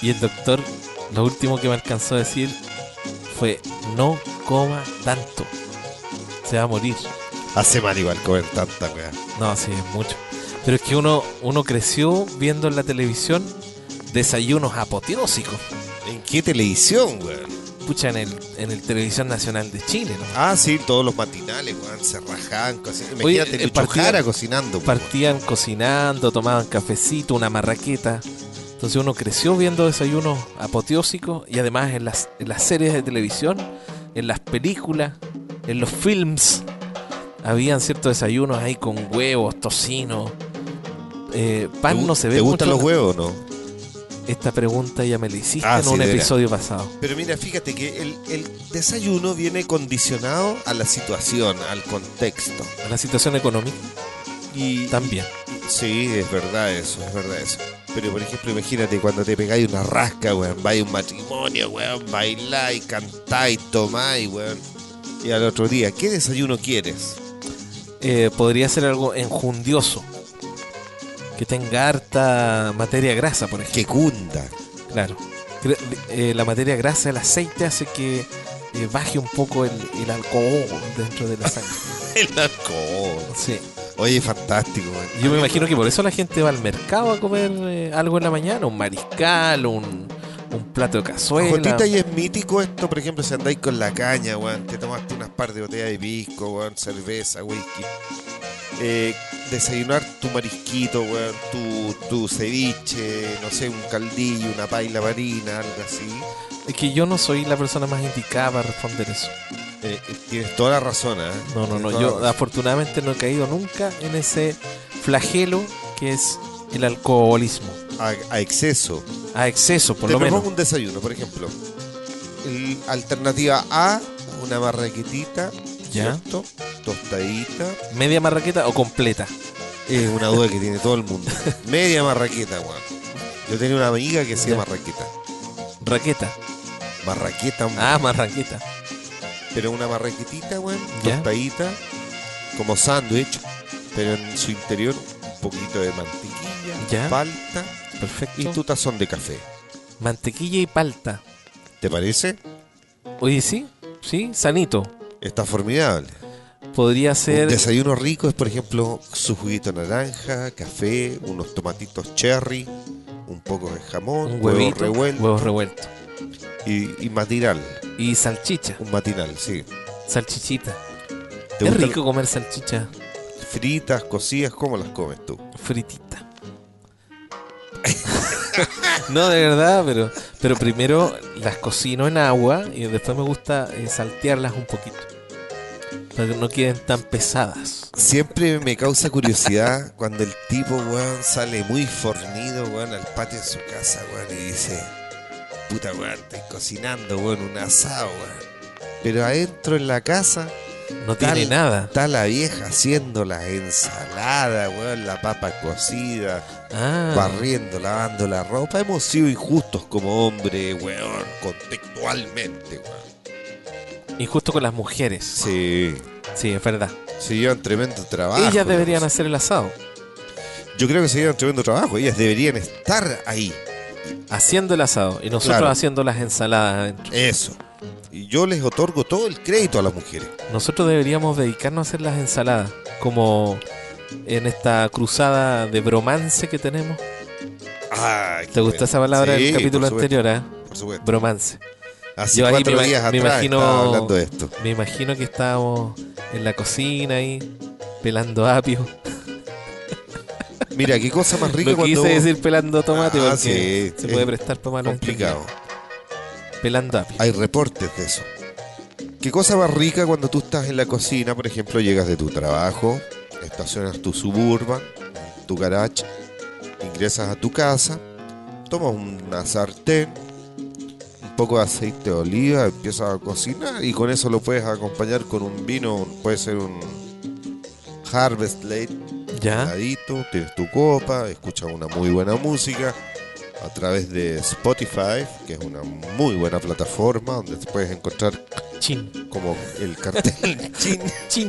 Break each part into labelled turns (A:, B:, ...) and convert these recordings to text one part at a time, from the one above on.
A: Y el doctor, lo último que me alcanzó a decir fue: No coma tanto. Se va a morir.
B: Hace mal igual comer tanta weá.
A: No, sí, es mucho. Pero es que uno, uno creció viendo en la televisión desayunos apoteósicos.
B: ¿En qué televisión, weón?
A: Pucha, en el, en el Televisión Nacional de Chile, ¿no?
B: Ah, sí, todos los matinales, weón, se rajaban, cocinando.
A: Oye,
B: Imagínate
A: eh,
B: Lucho
A: partía-
B: Jara cocinando, weón.
A: Partían cocinando, tomaban cafecito, una marraqueta. Entonces uno creció viendo desayunos apoteósicos y además en las, en las series de televisión, en las películas, en los films, habían ciertos desayunos ahí con huevos, tocino. Eh,
B: ¿Te
A: pan
B: gu-
A: no se ve
B: ¿Te gustan
A: mucho.
B: los huevos o no?
A: Esta pregunta ya me la hiciste
B: Ah,
A: en
B: sí,
A: un
B: de veras.
A: episodio pasado.
B: Pero mira, fíjate que el, el desayuno viene condicionado a la situación, al contexto.
A: La situación económica
B: Y
A: también.
B: sí, es verdad eso, es verdad eso. Pero por ejemplo, imagínate cuando te pegáis una rasca, weón, vais a un matrimonio, weón, bailáis, cantáis, tomáis, weón. Y al otro día, ¿qué desayuno quieres?
A: Eh, podría ser algo enjundioso. Que tenga harta materia grasa, por ejemplo.
B: Que cunda.
A: Claro. Cre- eh, la materia grasa, el aceite hace que eh, baje un poco el, el alcohol dentro de la sangre.
B: El alcohol.
A: Sí.
B: Oye, fantástico, weón.
A: Yo me imagino que por eso la gente va al mercado a comer eh, algo en la mañana, un mariscal, un, un plato de cazuela.
B: Jotita, y es mítico esto, por ejemplo, si andáis con la caña, weón, te tomaste unas par de botellas de pisco, weón, cerveza, whisky. Eh, desayunar tu marisquito, weón, tu, tu ceviche, no sé, un caldillo, una paila marina, algo así.
A: Es que yo no soy la persona más indicada para responder eso.
B: Eh, eh, tienes toda la razón, ¿eh?
A: No, no,
B: Tienes
A: no.
B: toda
A: Yo
B: la razón.
A: afortunadamente no he caído nunca en ese flagelo que es el alcoholismo.
B: A, a exceso.
A: A exceso, por
B: te
A: lo
B: propongo
A: menos.
B: un desayuno, por ejemplo. El- alternativa A, una marraquetita,
A: Ya.
B: ¿cierto? Tostadita.
A: ¿Media marraqueta o completa?
B: Es una duda que tiene todo el mundo. Media marraqueta, weón. Yo tenía una amiga que hacía
A: Ya.
B: marraqueta.
A: Raqueta.
B: Marraqueta, weón.
A: Ah, marraqueta.
B: Pero una marraquetita, weón.
A: Ya.
B: Tostadita. Como sándwich. Pero en su interior un poquito de mantequilla,
A: Ya.
B: palta
A: Perfecto.
B: y tu tazón de café.
A: Mantequilla y palta.
B: ¿Te parece?
A: Oye, sí, sí, sanito.
B: Está formidable.
A: Podría ser.
B: Un desayuno rico es, por ejemplo, su juguito de naranja, café, unos tomatitos cherry, un poco de jamón,
A: Un
B: huevo
A: huevito,
B: revuelto
A: huevos revueltos.
B: Y, y matinal.
A: Y salchicha,
B: Un matinal, sí.
A: salchichita.
B: ¿Te
A: Es
B: gusta-
A: rico comer salchicha
B: fritas, cocidas, ¿cómo las comes tú?
A: fritita. no, de verdad, pero, pero primero las cocino en agua y después me gusta eh, saltearlas un poquito. Para que no queden tan pesadas.
B: Siempre me causa curiosidad cuando el tipo, weón, sale muy fornido, weón, al patio de su casa, weón, y dice, puta, weón, estoy cocinando, weón, un asado, weón. Pero adentro en la casa
A: No tiene
B: Tal-
A: nada.
B: está la vieja haciendo la ensalada, weón, la papa cocida,
A: Ah,
B: barriendo, lavando la ropa. Hemos sido injustos como hombre, weón, contextualmente, weón.
A: injusto con las mujeres.
B: Sí,
A: Sí, es verdad.
B: se llevan tremendo trabajo.
A: Ellas deberían
B: weón.
A: hacer el asado.
B: Yo creo que sería un tremendo trabajo. Ellas deberían estar ahí.
A: haciendo el asado y nosotros
B: Claro.
A: haciendo las ensaladas adentro.
B: Eso. Y yo les otorgo todo el crédito a las mujeres.
A: Nosotros deberíamos dedicarnos a hacer las ensaladas, como en esta cruzada de bromance que tenemos.
B: Ah, qué
A: ¿Te gustó
B: bueno.
A: esa palabra
B: Sí,
A: del capítulo
B: por supuesto,
A: anterior? ah?
B: Por supuesto.
A: Bromance.
B: Hace
A: Yo ahí
B: cuatro
A: me ima-
B: días
A: me
B: atrás
A: imagino-
B: estaba hablando de esto.
A: Me imagino que estábamos en la cocina ahí, pelando apio.
B: Mira, qué cosa más rica
A: No
B: cuando...
A: quise decir pelando tomate
B: Ah,
A: porque
B: sí,
A: se
B: es
A: puede prestar para malos
B: Complicado.
A: entendidos. Pelando apio.
B: Hay reportes de eso. Qué cosa más rica cuando tú estás en la cocina, por ejemplo, llegas de tu trabajo, estacionas tu suburban, tu garage, ingresas a tu casa, tomas una sartén, un poco de aceite de oliva, empiezas a cocinar y con eso lo puedes acompañar con un vino, puede ser un Harvest Late
A: Ya,
B: heladito, tienes tu copa, escuchas una muy buena música a través de Spotify, que es una muy buena plataforma donde te puedes encontrar
A: chin,
B: como el cartel chin
A: chin.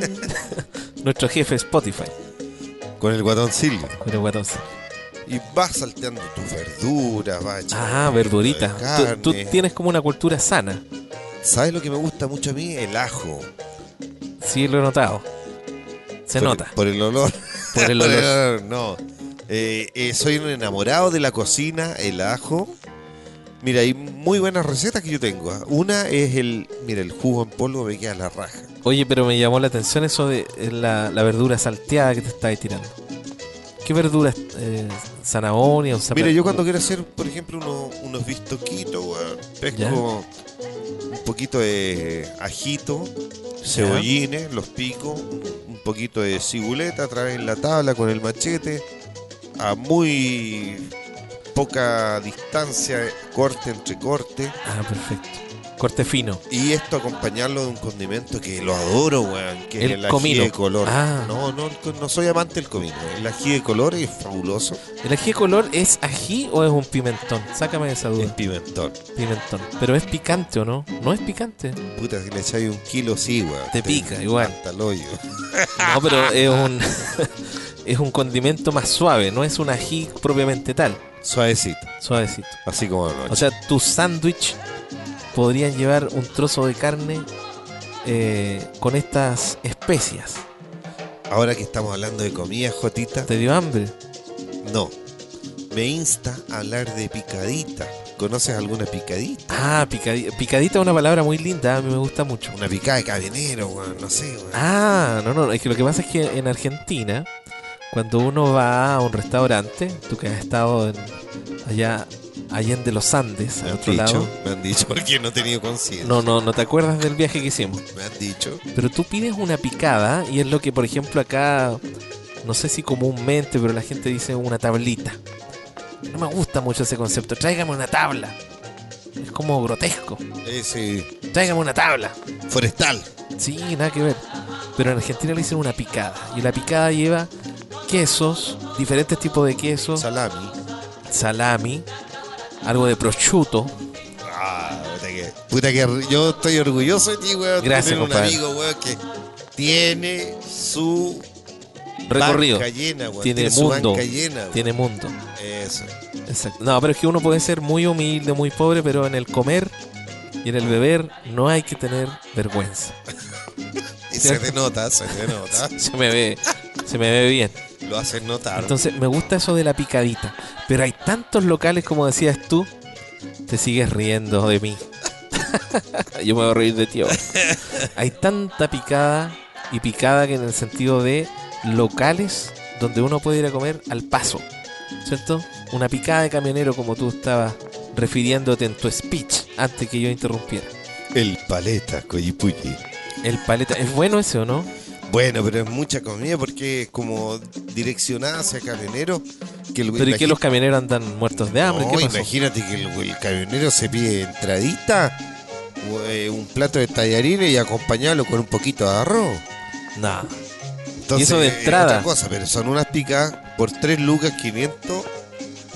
A: Nuestro jefe Spotify,
B: con el guatón Silva.
A: con el guatón.
B: Y vas salteando tus verduras, vas echando
A: Ajá, Ah, verdurita.
B: carne.
A: Tú, tú tienes como una cultura sana.
B: ¿Sabes lo que me gusta mucho a mí? El ajo.
A: Sí, lo he notado. Se
B: Por-
A: nota.
B: Por el olor.
A: Por el olor.
B: no. Eh, eh, soy un enamorado de la cocina, el ajo. Mira, hay muy buenas recetas que yo tengo. ¿ah? Una es el. Mira, el jugo en polvo me queda la raja.
A: Oye, pero me llamó la atención eso de eh, la, la verdura salteada que te estabas tirando. ¿Qué verduras? Eh, ¿Zanahoria o
B: Mira,
A: zanahoria?
B: yo cuando quiero hacer, por ejemplo, uno- unos bistoquitos, weón, pesco un poquito de ajito, cebollines, los pico, un un poquito de cibuleta, trae en la tabla con el machete, a muy poca distancia, corte entre corte,
A: Ah, perfecto. Corte fino.
B: y esto acompañarlo de un condimento que lo adoro, weón, que
A: El
B: es el
A: comino.
B: ají de color.
A: Ah.
B: No, no, el co- no soy amante del comino, el ají de color es fabuloso,
A: ¿El ají de color es ají o es un pimentón? Sácame esa
B: el
A: duda.
B: pimentón.
A: Pimentón. Pero es picante o no? No es picante.
B: Puta, si le echáis un kilo, sí, weón.
A: Te pica, igual.
B: Hasta el hoyo.
A: No, pero
B: Ah.
A: es un es un condimento más suave, no es un ají propiamente tal,
B: Suavecito,
A: suavecito.
B: así como de
A: O
B: noche.
A: sea, tu sándwich podrían llevar un trozo de carne eh, con estas especias.
B: Ahora que estamos hablando de comida, Jotita,
A: ¿Te dio hambre?
B: no. Me insta a hablar de picadita. ¿Conoces alguna picadita?
A: Ah, picadi- picadita es una palabra muy linda, a mí me gusta mucho.
B: Una picada de cabinero, weón, no sé, weón.
A: Ah, no, no, es que lo que pasa es que en Argentina, cuando uno va a un restaurante, tú que has estado en, allá, Allende los Andes, al
B: me han
A: otro
B: dicho,
A: lado.
B: me han dicho, porque no he tenido conciencia.
A: No, no, no te acuerdas del viaje que hicimos.
B: Me han dicho.
A: Pero tú pides una picada y es lo que, por ejemplo, acá, no sé si comúnmente, pero la gente dice una tablita. No me gusta mucho ese concepto. Tráigame una tabla. Es como grotesco.
B: Ese
A: Tráigame una tabla.
B: forestal.
A: Sí, nada que ver. Pero en Argentina le dicen una picada. Y la picada lleva quesos, diferentes tipos de quesos,
B: Salami.
A: salami, algo de prosciutto.
B: Ah, puta que. Puta que yo estoy orgulloso de ti, weón.
A: Gracias,
B: tener un
A: compadre.
B: amigo, weón, que tiene su
A: Recorrido.
B: Banca llena, weón.
A: Tiene
B: Tiene, su
A: mundo.
B: banca llena, weón.
A: Tiene mundo.
B: Eso.
A: Exacto. No, pero es que uno puede ser muy humilde, muy pobre, pero en el comer y en el beber no hay que tener vergüenza.
B: Y se
A: ¿Cierto?
B: te nota, se te nota.
A: Se me ve, se me ve bien.
B: Lo hacen notar.
A: Entonces me gusta eso de la picadita. Pero hay tantos locales como decías tú, te sigues riendo de mí. Yo me voy a reír de ti. ahora. Hay tanta picada y picada que en el sentido de locales donde uno puede ir a comer al paso, ¿cierto? Una picada de camionero como tú estabas refiriéndote en tu speech antes que yo interrumpiera.
B: El paleta, Coyipulli.
A: El paleta, ¿es bueno ese o no?
B: Bueno, pero es mucha comida porque es como direccionada hacia camionero. Que el,
A: Pero ¿y
B: imagi-
A: que los camioneros andan muertos de hambre?
B: No,
A: ¿Qué pasó?
B: imagínate que el, el camionero se pide entradita, eh, un plato de tallarines y acompañarlo con un poquito de arroz.
A: Nah.
B: Entonces, eh,
A: Y eso de
B: es
A: entrada.
B: otra cosa, pero son unas picadas por 3 lucas 500.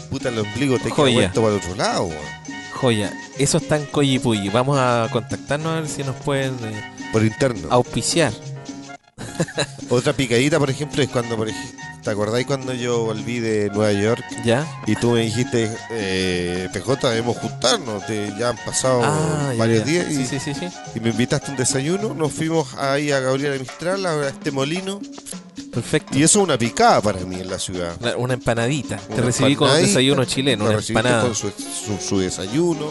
B: Puta, los ombligos te quedan
A: Joya.
B: vuelto para el otro lado, weón.
A: Joya, eso está en Coyipulli. Vamos a contactarnos a ver si nos pueden eh,
B: Por interno.
A: auspiciar.
B: Otra picadita, por ejemplo, es cuando, por ej- ¿te acordáis cuando yo volví de Nueva York
A: ¿Ya?
B: y tú me dijiste, eh, PJ, debemos juntarnos? te- ya han pasado
A: Ah, ya,
B: Oh, varios
A: ya.
B: días y,
A: Sí, sí, sí, sí.
B: y me invitaste a un desayuno. Nos fuimos ahí a Gabriela Mistral, a este molino.
A: Perfecto.
B: Y eso es una picada para mí en la ciudad.
A: La- Una empanadita. Te
B: Una
A: recibí con un
B: empanadita,
A: desayuno chileno,
B: Me
A: una
B: recibiste
A: empanada.
B: con su, su- su desayuno.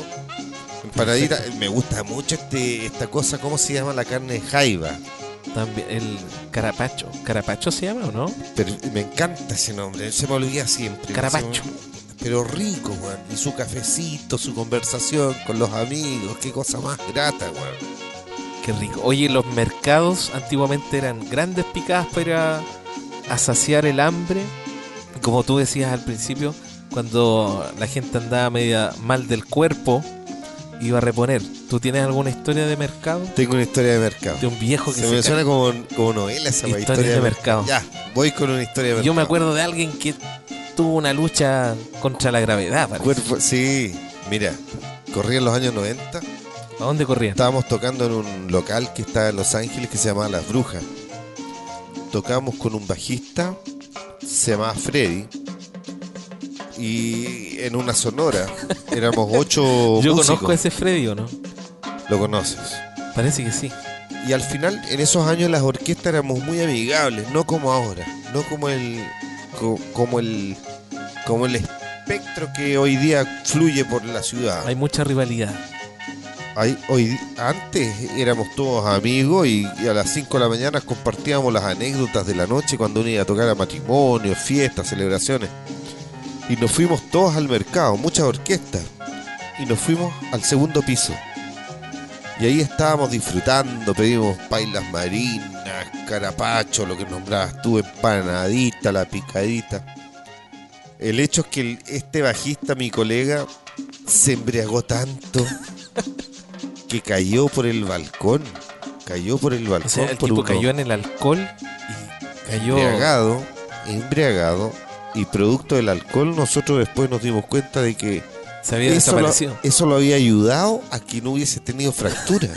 B: Empanadita, me gusta mucho este, esta cosa, ¿cómo se llama la carne de jaiba?
A: También el carapacho. ¿Carapacho se llama o no?
B: Pero me encanta ese nombre, se me olvida siempre.
A: Carapacho.
B: Pero rico, weón. Y su cafecito, su conversación con los amigos, qué cosa más grata, weón.
A: Qué rico. Oye, los mercados antiguamente eran grandes picadas para ir a, a saciar el hambre. Como tú decías al principio, cuando la gente andaba media mal del cuerpo, iba a reponer. ¿Tú tienes alguna historia de mercado?
B: Tengo una historia de mercado.
A: De un viejo que
B: Se
A: se
B: me
A: ca-
B: suena como, como novela esa weón,
A: Historias de mercado.
B: Ya, voy con una historia de mercado.
A: Yo me acuerdo de alguien que tuvo una lucha contra la gravedad. parece.
B: Cuerpo- sí, mira, corría en los años 90.
A: ¿A dónde corrían?
B: Estábamos tocando en un local que está en Los Ángeles que se llamaba Las Brujas. Tocamos con un bajista, se llamaba Freddy. y en una sonora éramos ocho
A: Yo
B: músicos.
A: conozco a ese Freddy, ¿o no?
B: Lo conoces.
A: Parece que sí.
B: Y al final, en esos años las orquestas éramos muy amigables, no como ahora, no como el co- como el como el espectro que hoy día fluye por la ciudad.
A: Hay mucha rivalidad.
B: Ahí- hoy, antes éramos todos amigos y, y a las 5 de la mañana compartíamos las anécdotas de la noche cuando uno iba a tocar a matrimonios, fiestas, celebraciones. Y nos fuimos todos al mercado, muchas orquestas. Y nos fuimos al segundo piso. Y ahí estábamos disfrutando, pedimos pailas marinas, carapacho, lo que nombrabas tú, empanadita, la picadita. El hecho es que el- este bajista, mi colega, se embriagó tanto que cayó por el balcón. Cayó por el balcón.
A: O sea, el
B: por
A: tipo
B: unos
A: cayó en el alcohol y cayó.
B: embriagado, embriagado y producto del alcohol, nosotros después nos dimos cuenta de que
A: Se había
B: eso lo,
A: desaparecido.
B: eso lo había ayudado a que no hubiese tenido fractura.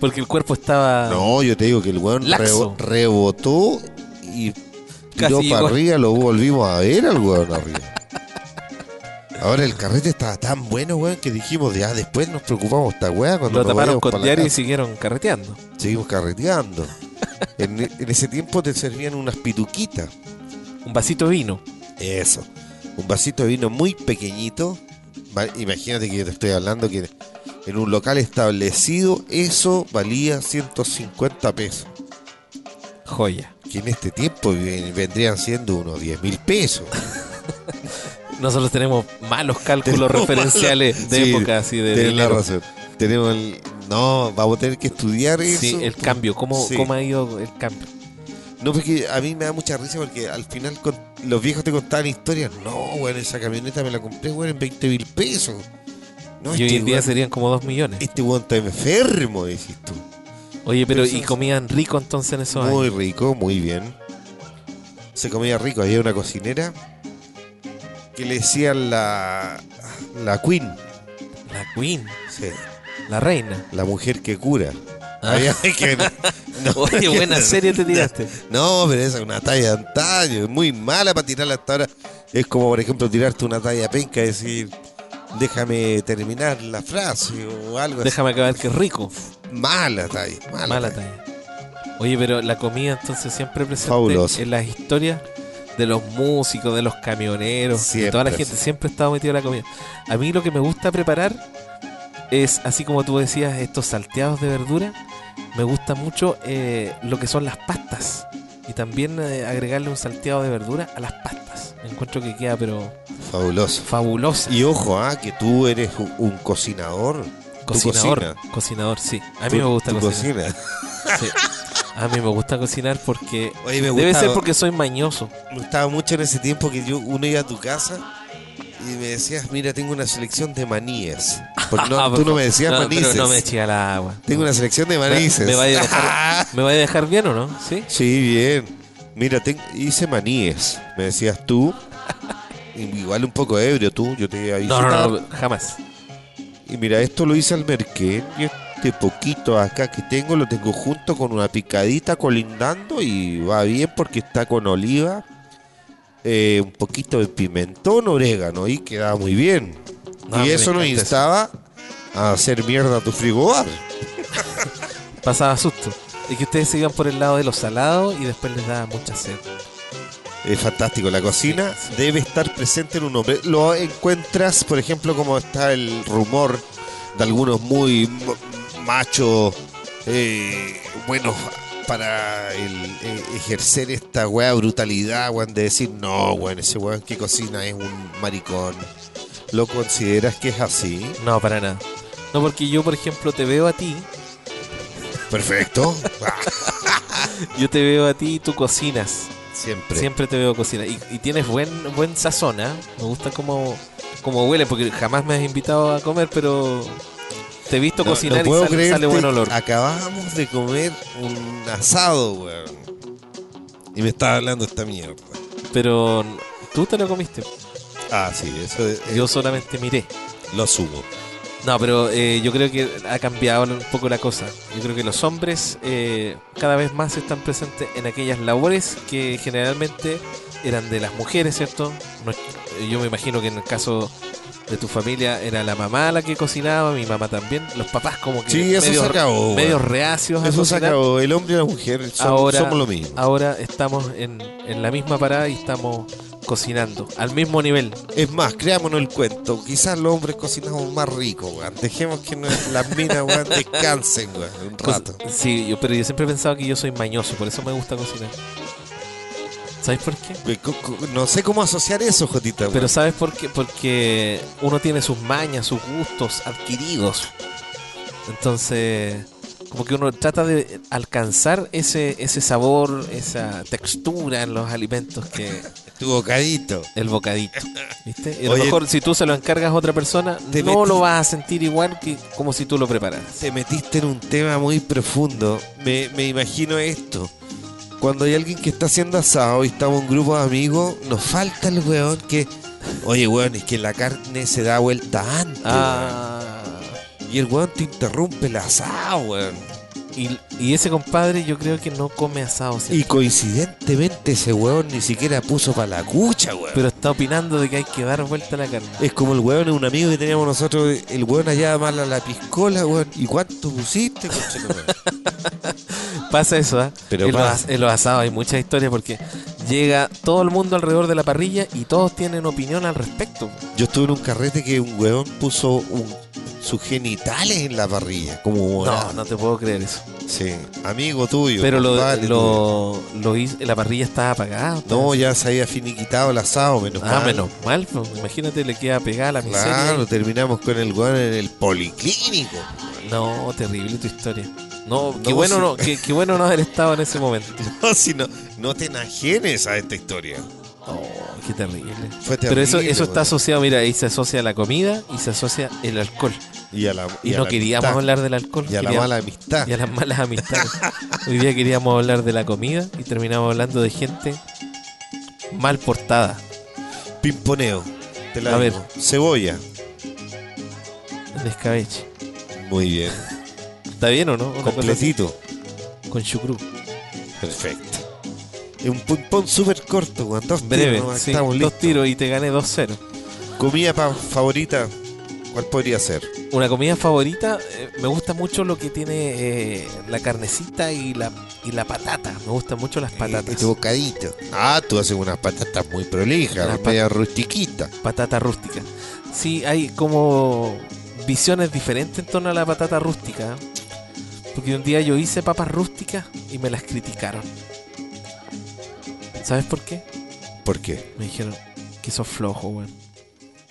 A: Porque el cuerpo estaba.
B: No, yo te digo que el weón
A: Ah. Laxo.
B: rebo- rebotó y tiró
A: Casi
B: para
A: llegó.
B: arriba, lo volvimos a ver al weón arriba. Ahora el carrete estaba tan bueno, weón, que dijimos, ya después nos preocupamos esta weá cuando
A: lo
B: nos
A: taparon
B: vayamos pa'
A: con
B: la
A: diario y
B: casa".
A: siguieron carreteando.
B: Seguimos carreteando. en, en ese tiempo te servían unas pituquitas.
A: Un vasito de vino.
B: Eso. Un vasito de vino muy pequeñito. Va- Imagínate que yo te estoy hablando que en un local establecido eso valía 150 pesos.
A: Joya.
B: Que en este tiempo ven- vendrían siendo unos 10 mil pesos.
A: Nosotros tenemos malos cálculos
B: Tenemos
A: referenciales
B: malos-
A: de
B: Sí,
A: época así de.
B: Tienes la
A: dinero.
B: razón. Tenemos el- No, vamos a tener que estudiar eso.
A: Sí, el cambio. ¿Cómo,
B: Sí.
A: ¿Cómo ha ido el cambio?
B: No, porque a mí me da mucha risa porque al final con- los viejos te contaban historias. No, weón, esa camioneta me la compré, weón, en 20 mil pesos. No, este
A: y hoy en día
B: weón-
A: serían como dos millones.
B: Este weón está enfermo, decís tú.
A: Oye, pero
B: pero
A: ¿y
B: eso-
A: comían rico entonces en esos años?
B: Muy rico, muy bien. Se comía rico. Había una cocinera que le decían la, la queen,
A: La queen,
B: sí,
A: la reina.
B: la mujer que cura.
A: Ah.
B: Había que- no,
A: Oye, buena serie te tiraste.
B: No, pero esa es una talla de antaño. Es muy mala para tirarla hasta ahora. Es como, por ejemplo, tirarte una talla penca y decir, déjame terminar la frase o algo así.
A: Déjame acabar que es rico.
B: Mala talla, mala,
A: Mala
B: talla.
A: talla. Oye, pero la comida entonces siempre presente
B: Fabuloso.
A: en las historias de los músicos, de los camioneros, de
B: Siempre,
A: toda la gente. Siempre estaba metido en la comida. A mí lo que me gusta preparar es, así como tú decías, estos salteados de verdura. Me gusta mucho eh, lo que son las pastas. Y también eh, agregarle un salteado de verdura a las pastas. Encuentro que queda, pero
B: Fabuloso.
A: fabulosa.
B: Y ojo, ah, que tú eres un, un cocinador.
A: cocinador,
B: cocinas.
A: cocinador, sí. A mí
B: Tú-
A: me gusta
B: tú
A: cocinar.
B: cocinas.
A: sí. A mí me gusta cocinar porque
B: Oye, me
A: Debe
B: gustaba,
A: ser porque soy mañoso.
B: me gustaba mucho en ese tiempo que yo uno iba a tu casa y me decías, mira, tengo una selección de maníes. Porque no,
A: Ah,
B: tú
A: por
B: no me decías
A: favor. No,
B: manices.
A: Pero no me eché al agua.
B: Tengo una selección de manices.
A: me vaya a dejar- ¿Me va a dejar bien o no? ¿Sí?
B: Sí, bien. Mira, ten- hice maníes, me decías tú. Igual un poco ebrio tú, yo te iba a
A: No,
B: visitar.
A: no, no, jamás.
B: Y mira, esto lo hice al merquén y este poquito acá que tengo lo tengo junto con una picadita colindando y va bien porque está con oliva, eh, un poquito de pimentón, orégano y queda muy bien.
A: No,
B: y
A: Ah, me
B: eso nos
A: encanta eso.
B: instaba a hacer mierda tu frigobar.
A: Pasaba susto. Y que ustedes se iban por el lado de los salados y después les daba mucha sed.
B: Es fantástico, la cocina
A: Sí, sí.
B: debe estar presente en un hombre. Lo encuentras, por ejemplo, como está el rumor de algunos muy m- machos, eh, buenos para el- eh, ejercer esta weá brutalidad, weón, de decir, no, weón, ese weón que cocina es un maricón. ¿Lo consideras que es así?
A: No, para nada. No, porque yo, por ejemplo, te veo a ti.
B: Perfecto.
A: Yo te veo a ti y tú cocinas.
B: Siempre.
A: Siempre te veo cocinar. Y, y tienes buen buen sazón, ¿ah? Me gusta cómo, cómo huele, porque jamás me has invitado a comer, pero te he visto
B: No- no
A: cocinar
B: puedo
A: y sale, sale
B: creerte
A: buen olor.
B: que Acabamos de comer un asado, weón. Y me estaba hablando esta mierda.
A: Pero tú te lo comiste.
B: Ah, sí, eso es-
A: Yo solamente miré.
B: lo asumo.
A: No, pero eh, yo creo que ha cambiado un poco la cosa. Yo creo que los hombres eh, cada vez más están presentes en aquellas labores que generalmente eran de las mujeres, ¿cierto? No- yo me imagino que en el caso de tu familia era la mamá la que cocinaba, mi mamá también, los papás como que
B: Sí, eso se acabó, weón.
A: medios reacios a
B: Eso se
A: cocinar.
B: acabó. El hombre y la mujer son-
A: Ahora-
B: somos lo mismo.
A: Ahora estamos en, en la misma parada y estamos cocinando al mismo nivel.
B: Es más, creámonos el cuento. Quizás los hombres cocinamos más rico, weón. Dejemos que nos- las minas, weón, descansen, weón, un
A: Cos-
B: rato.
A: Pues, Sí, yo, pero yo siempre he pensado que yo soy mañoso, por eso me gusta cocinar. ¿Sabes por qué?
B: Me co- co- No sé cómo asociar eso, Jotita. weón.
A: Pero ¿sabes por qué? Porque uno tiene sus mañas, sus gustos adquiridos. Entonces, como que uno trata de alcanzar ese, ese sabor, esa textura en los alimentos que
B: Tu bocadito.
A: el bocadito. ¿Viste? Y a lo
B: Oye.
A: mejor si tú se lo encargas a otra persona,
B: Te
A: no
B: metí-
A: lo vas a sentir igual que como si tú lo preparas.
B: Te metiste en un tema muy profundo. Me, me imagino esto. Cuando hay alguien que está haciendo asado y estamos un grupo de amigos, nos falta el weón que. Oye, weón, es que la carne se da vuelta antes.
A: Ah,
B: weón". Y el weón te interrumpe el asado, weón.
A: y, y ese compadre yo creo que no come asado. ¿cierto?
B: Y coincidentemente ese weón ni siquiera puso para la cucha, weón.
A: Pero está opinando de que hay que dar vuelta a la carne.
B: es como el weón, un amigo que teníamos nosotros, el weón allá mal a la piscola, weón. ¿Y cuánto pusiste, concha tu madre?
A: Pasa eso, ¿ah?
B: Pero
A: en, los
B: pasa.
A: as- en los asados hay muchas historias porque llega todo el mundo alrededor de la parrilla y todos tienen opinión al respecto.
B: Yo estuve en un carrete que un weón puso un- sus genitales en la parrilla, como
A: No,
B: morada.
A: no te puedo creer eso.
B: Sí, amigo tuyo.
A: Pero lo,
B: compadre tuyo.
A: lo, lo hizo- la parrilla estaba apagada. pues.
B: No, ya se había finiquitado el asado, menos
A: Ah,
B: mal.
A: menos mal, pues, imagínate, le queda pegada la miseria.
B: Claro, terminamos con el weón en el policlínico.
A: No, terrible tu historia. No, qué
B: No, pues
A: bueno
B: sí.
A: no, qué, qué bueno no haber estado en ese momento.
B: No, si no, no te enajenes a esta historia.
A: Oh, qué terrible.
B: Fue
A: Pero eso,
B: terrible,
A: eso está
B: weón.
A: asociado, mira, ahí se asocia la comida y se asocia el alcohol.
B: Y, a la,
A: Y,
B: a
A: no
B: la
A: queríamos
B: amistad.
A: hablar del alcohol.
B: Y a la
A: queríamos-
B: mala amistad.
A: y a las malas amistades. Hoy día queríamos hablar de la comida y terminamos hablando de gente mal portada.
B: Pimponeo. Te la
A: A
B: digo. Cebolla.
A: El escabeche.
B: Muy bien.
A: ¿Está bien o no? Una cosa
B: Completito.
A: así, Con chucrú.
B: Perfecto. Es un ping-pong súper corto, weón. Dos
A: Breve.
B: tiros, nomás,
A: sí,
B: estamos
A: dos
B: listos.
A: tiros y te gané 2-0.
B: Comida pa- favorita, ¿cuál podría ser?
A: Una comida favorita. eh, me gusta mucho lo que tiene eh, la carnecita y la, y la patata. Me gustan mucho las
B: Patata.
A: patatas.
B: bocadito. Ah, tú haces unas patatas muy prolijas,
A: Las
B: media rustiquita.
A: Patata rústica. Sí, hay como visiones diferentes en torno a la patata rústica. ¿eh? Porque un día yo hice papas rústicas y me las criticaron. ¿Sabes por qué?
B: ¿Por qué?
A: Me dijeron que sos flojo, weón.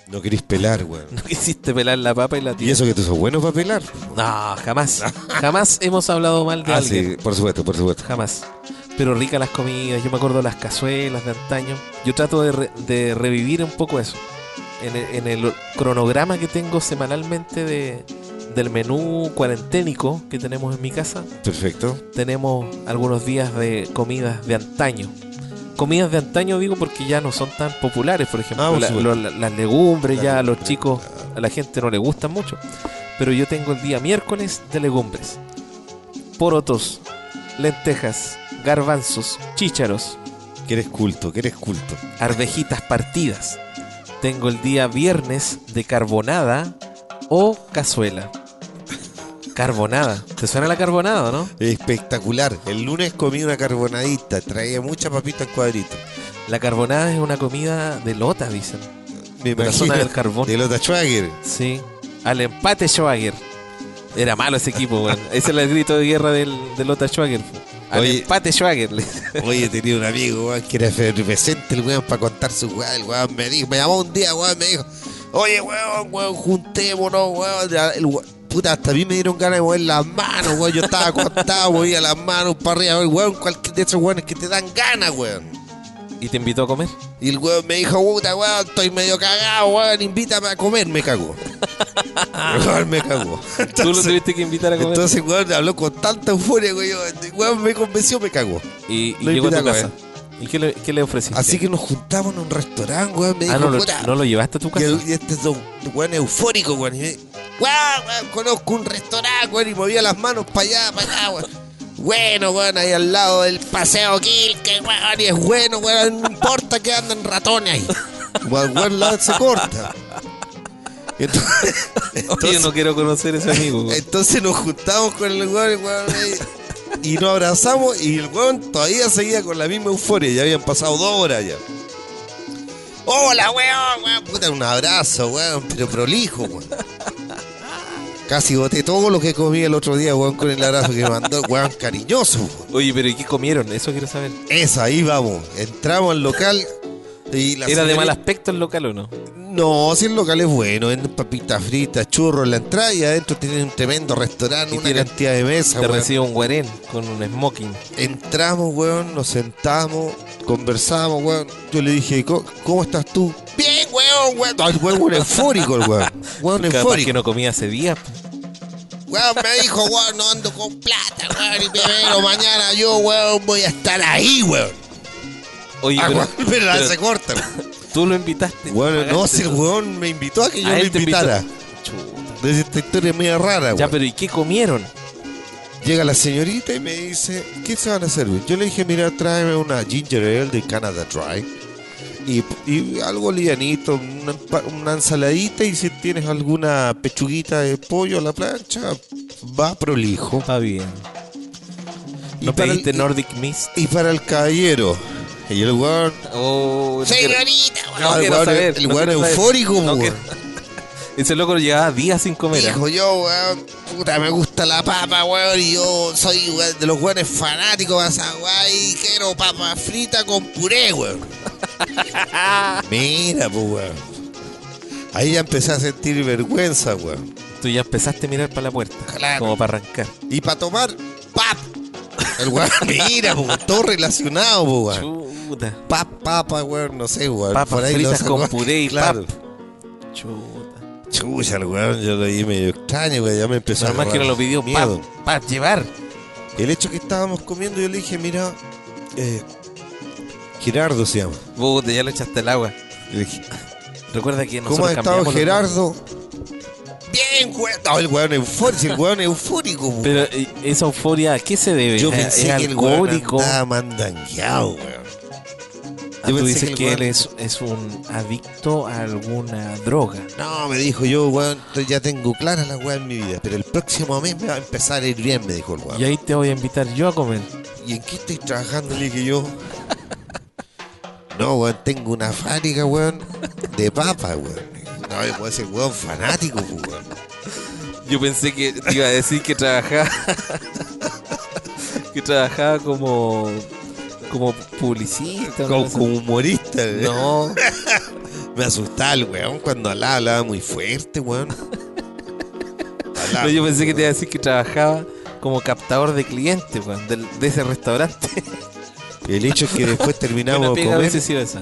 B: No querés pelar, weón.
A: No quisiste pelar la papa y la
B: Y
A: tía.
B: eso que tú sos bueno para pelar.
A: No, jamás. Jamás hemos hablado mal de
B: Ah,
A: alguien.
B: sí, por supuesto, por supuesto.
A: Jamás. Pero ricas las comidas, yo me acuerdo las cazuelas de antaño. Yo trato de, re- de revivir un poco eso. En el, en el cronograma que tengo semanalmente de, del menú cuarenténico que tenemos en mi casa,
B: Perfecto.
A: tenemos algunos días de comidas de antaño. Comidas de antaño digo porque ya no son tan populares, por ejemplo,
B: Ah, por
A: la-
B: supuesto.
A: lo- la- las legumbres,
B: La
A: ya a los
B: legumbre.
A: chicos, a la gente no le gustan mucho. Pero yo tengo el día miércoles de legumbres. Porotos, lentejas, garbanzos, chícharos,
B: Que eres culto, que eres culto.
A: arvejitas partidas. Tengo el día viernes de carbonada o cazuela. Carbonada. ¿Te suena la carbonada, o no?
B: Espectacular. El lunes comí una carbonadita. Traía mucha papita en cuadrito.
A: La carbonada es una comida de lota, dicen.
B: Me
A: De la zona del carbón.
B: De Lota Schwager.
A: Sí. Al empate Schwager. Era malo ese equipo, weón. Ese era el grito de guerra del, del Lota Schwager. Al
B: Oye.
A: empate Schwager.
B: Oye, tenía un amigo, weón, que era efervescente el weón para contar sus weón. El weón me dijo, me llamó un día, weón, me dijo, oye, weón, weón, juntémonos, weón. Ya, el weón- Puta, hasta a mí me dieron ganas de mover las manos, weón. Yo estaba acostado, movía las manos para arriba, weón, weón, cualquier de esos weones que te dan ganas, weón.
A: ¿Y te invitó a comer?
B: Y el weón me dijo, puta, weón, estoy medio cagado, weón, invítame a comer, me cagó. El weón me cagó.
A: Tú lo
B: Entonces,
A: tuviste que invitar a comer.
B: entonces, weón, habló con tanta euforia, weón, weón, me convenció, me cagó.
A: y y
B: lo
A: llegó a
B: invité
A: tu
B: a
A: casa.
B: comer.
A: ¿Y qué le, qué le ofreciste?
B: Así que nos juntamos en un restaurante, weón. Me
A: Ah,
B: dijo,
A: no lo,
B: puta.
A: no lo llevaste a tu
B: y,
A: casa.
B: el- y este es un weón eufórico, weón. Y me, "Guau, weón, conozco un restaurante, weón. Y movía las manos para allá, para allá, weón. Bueno, weón, ahí al lado del paseo Quilque, weón, y es bueno, weón, no importa que anden ratones ahí. Weón, weón, la se corta. Y Entonces,
A: Oye, yo no quiero conocer a ese amigo. weón.
B: entonces nos juntamos con el weón, el weón, ahí, y nos abrazamos y el weón todavía seguía con la misma euforia, ya habían pasado dos horas ya. Hola, weón, weón, puta, un abrazo, weón, pero prolijo, weón. Casi boté todo lo que comí el otro día, weón, con el abrazo que me mandó, weón, cariñoso, weón.
A: Oye, pero ¿y qué comieron? Eso quiero saber.
B: Esa, ahí vamos. Entramos al local y la Ah,
A: ¿Era de
B: señora-
A: mal aspecto el local o no?
B: No, si el local es bueno, venden papitas fritas, churros en la entrada y adentro tienen un tremendo restaurante,
A: Y
B: una
A: tienen-
B: cantidad de mesas,
A: Te
B: weón.
A: recibe un guarén con un smoking.
B: Entramos, weón, nos sentamos, conversamos, weón. Yo le dije, "Co- ¿cómo estás tú? Bien, weón, weón. Ay, weón, weón, eufórico el weón. Weón,
A: Capaz que
B: eufórico.
A: no comía hace días.
B: Weón, me dijo, weón, no ando con plata, weón, y pero mañana yo, weón, voy a estar ahí, weón.
A: Oye,
B: Ah,
A: pero,
B: weón, pero la
A: pero
B: se corta, weón.
A: tú lo invitaste.
B: Bueno, no,
A: pagaste
B: si el
A: todo.
B: weón me invitó a que yo
A: A
B: lo
A: él te invitó.
B: invitara.
A: Chuta.
B: Desde esta historia media rara,
A: Ya,
B: weón.
A: pero ¿y qué comieron?
B: Llega la señorita y me dice, ¿qué se van a servir? Yo le dije, mira, tráeme una ginger ale de Canada Dry. Y, y algo livianito, una, empa- una ensaladita y si tienes alguna pechuguita de pollo a la plancha, va prolijo.
A: Está bien.
B: Oh. Y
A: ¿No
B: para el-
A: pediste Nordic Mist?
B: y, y para el caballero. Y el weón...
A: Oh, no quiero-
B: Señorita,
A: no
B: el
A: quiero
B: weón,
A: saber,
B: el
A: no
B: weón
A: quiero saber.
B: eufórico, pues,
A: No
B: weón.
A: quiero- Ese loco llevaba días sin comer. ¿ah?
B: Dijo yo, weón, puta, me gusta la papa, weón, y yo soy weón, de los weones fanáticos de esa weón, y quiero papa frita con puré, weón. Mira, pues, weón. Ahí ya empecé a sentir vergüenza, weón.
A: ¿eh? Tú ya empezaste a mirar para la puerta.
B: Claro.
A: Como para arrancar.
B: Y para tomar, pap. El weón, mira, pues, weón, todo relacionado, pues, weón.
A: Chuta.
B: Pap, papa, weón, no sé, weón.
A: Papas fritas
B: los-
A: con puré y
B: claro.
A: Chuta.
B: Chucha, el weón, yo lo vi medio extraño, weón, ya me empezó a
A: Nada más que no
B: agarrar
A: lo pidió
B: miedo.
A: para llevar.
B: El hecho que estábamos comiendo, yo le dije, mira, eh, Gerardo se llama.
A: Puta, ya le echaste el agua.
B: Le dije,
A: Recuerda que nosotros
B: ¿cómo ha estado
A: Ah, cambiamos los
B: Gerardo? Bien, weón. No, el weón eufórico, el weón eufórico. weón.
A: nombres. Pero eh, esa euforia, ¿a qué se debe?
B: yo
A: ¿Es-
B: pensé
A: ¿Es
B: que el weón
A: alcohólico?
B: andaba mandangueado, weón.
A: Ah,
B: yo
A: tú
B: pensé
A: dices
B: que
A: que,
B: el
A: él
B: weón-
A: es, es un adicto a alguna droga.
B: No, me dijo yo, weón, yo ya tengo clara la weón en mi vida, pero el próximo mes me va a empezar a ir bien, me dijo el weón.
A: Y ahí te voy a invitar yo a comer.
B: ¿Y en qué estáis trabajando? Le dije yo. No, weón, tengo una fábrica, weón, de papa, weón. No, yo puedo ser weón fanático, pues, weón.
A: Yo pensé que te iba a decir que trabajaba. que trabajaba como. como publicista. una
B: Como,
A: cosa
B: como humorista,
A: así.
B: weón.
A: No,
B: Me asustaba el weón cuando hablaba, hablaba muy fuerte, weón. Hablaba-
A: no, yo pensé que te iba a decir que trabajaba como captador de clientes, weón, del- de, ese restaurante.
B: El hecho es que después
A: Una
B: terminamos de
A: pega a
B: comer
A: veces iba esa.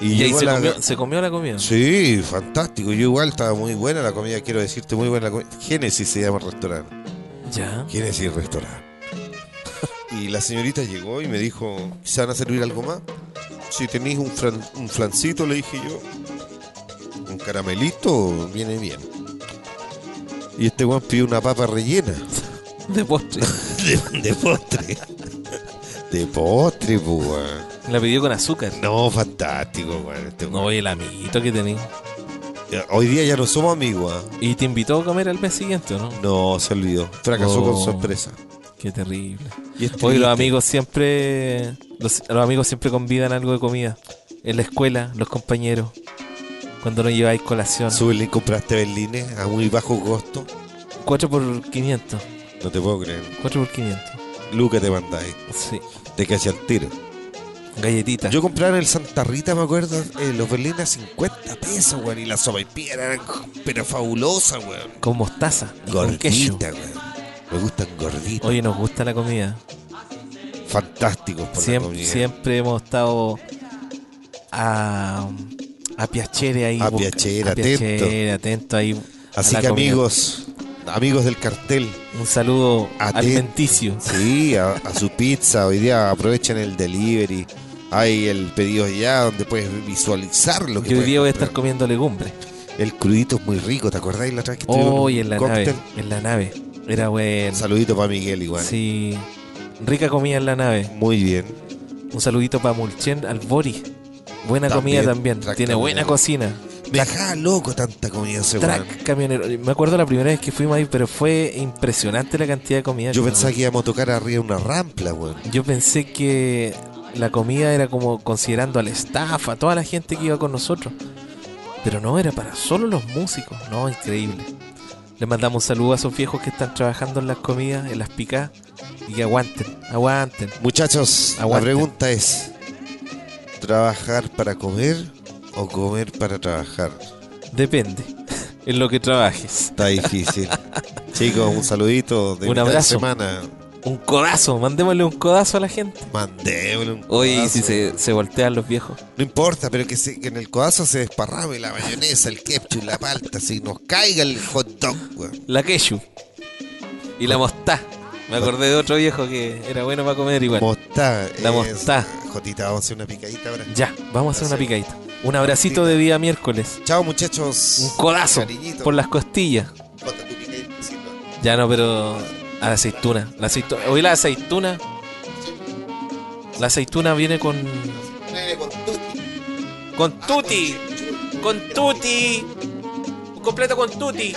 B: y,
A: Y ahí
B: llegó
A: se
B: la-
A: comió, se comió la comida.
B: Sí, fantástico. Yo igual estaba muy buena la comida, quiero decirte, muy buena la comida. Génesis se llama el restaurante.
A: Ya.
B: ¿Quién es el restaurante? Y la señorita llegó y me dijo, ¿se van a servir algo más? Si tenéis un, fran- un flancito, le dije yo, un caramelito, viene bien. Y este weón pidió una papa rellena.
A: De postre.
B: De, de postre. De postre, po, weón.
A: La pidió con azúcar.
B: No, fantástico, weón. este
A: No,
B: weón.
A: oye, el amiguito que tenés.
B: Hoy día ya no somos amigos, ¿ah?
A: Y te invitó a comer al mes siguiente, ¿o ¿no?
B: No, se olvidó. Fracasó
A: Oh.
B: con sorpresa.
A: Qué terrible.
B: Y este es
A: Hoy los
B: triste.
A: amigos siempre. Los, los amigos siempre convidan algo de comida. En la escuela, los compañeros. Cuando no lleváis colación.
B: Subelín, compraste berlines a muy bajo costo.
A: 4 por 500.
B: No te puedo creer.
A: 4 por 500.
B: Luca te mandáis.
A: Sí.
B: Te caché al tiro.
A: Galletitas.
B: Yo compraba en el Santa Rita, me acuerdo, eh, los berlines a 50 pesos, weón. Y la sopa y piedra eran, pero fabulosa, weón.
A: Con mostaza. y con queso.
B: Gordita, weón. Me gustan gorditas.
A: Oye, nos gusta la comida.
B: Fantásticos por la
A: Siempre,
B: comida.
A: siempre hemos estado a, a Piachere ahí.
B: A
A: busca-
B: Piacere,
A: a Piacere, atento ahí. a
B: Así
A: la
B: que,
A: comida.
B: amigos, amigos del cartel,
A: Un saludo
B: Atento.
A: alimenticio.
B: sí, a, a su pizza. Hoy día aprovechen el delivery. Hay el pedido ya donde puedes visualizar lo que
A: Yo hoy
B: puedes
A: día voy a estar
B: comprar.
A: comiendo legumbres.
B: El crudito es muy rico, ¿te acordáis la otra vez que estuvimos en
A: Oh,
B: un
A: y en la
B: cóctel?
A: nave. En la nave. Era bueno.
B: Saludito para Miguel igual.
A: Sí. Rica comida en la nave.
B: Muy bien.
A: Un saludito para Mulchen al Boris. Buena
B: También,
A: comida también.
B: track
A: Tiene buena
B: camionero.
A: cocina.
B: Me dejaba loco tanta comida ese weón.
A: Track camionero. Me acuerdo la primera vez que fuimos ahí, pero fue impresionante la cantidad de comida.
B: Yo
A: que-
B: pensaba que íbamos a tocar arriba de una rampla, weón.
A: Yo pensé que la comida era como considerando al staff, a toda la gente que iba con nosotros. Pero no, era para solo los músicos. No, increíble. Les mandamos un saludo a esos viejos que están trabajando en las comidas, en las picadas. Y que aguanten, aguanten.
B: Muchachos, la
A: Aguante.
B: pregunta es: ¿trabajar para comer o comer para trabajar?
A: Depende en lo que trabajes.
B: Está difícil. Chicos, un saludito de
A: Un
B: mitad de
A: abrazo.
B: semana.
A: Un codazo, mandémosle un codazo a la gente.
B: Mandémosle un
A: Oye, y
B: codazo.
A: si se, se voltean los viejos.
B: No importa, pero que, se- que en el codazo se desparrame la mayonesa, el ketchup, la palta, si nos caiga el hot dog, weón.
A: La quechu. Y la mostá. Me acordé de otro viejo que era bueno para comer igual.
B: Mostá.
A: La
B: es-
A: mostá.
B: Jotita, vamos a hacer una picadita ahora.
A: Ya, vamos a hacer una picadita. Un abracito de día miércoles.
B: Chao, muchachos.
A: Un codazo
B: Cariñito.
A: por las costillas.
B: Bota tu picadita, si no.
A: Ya no, pero a la aceituna. La aceituna. Hoy la aceituna. La aceituna viene con.
B: Nene, con tutti.
A: Con tutti. Con tutti. Completo con tutti.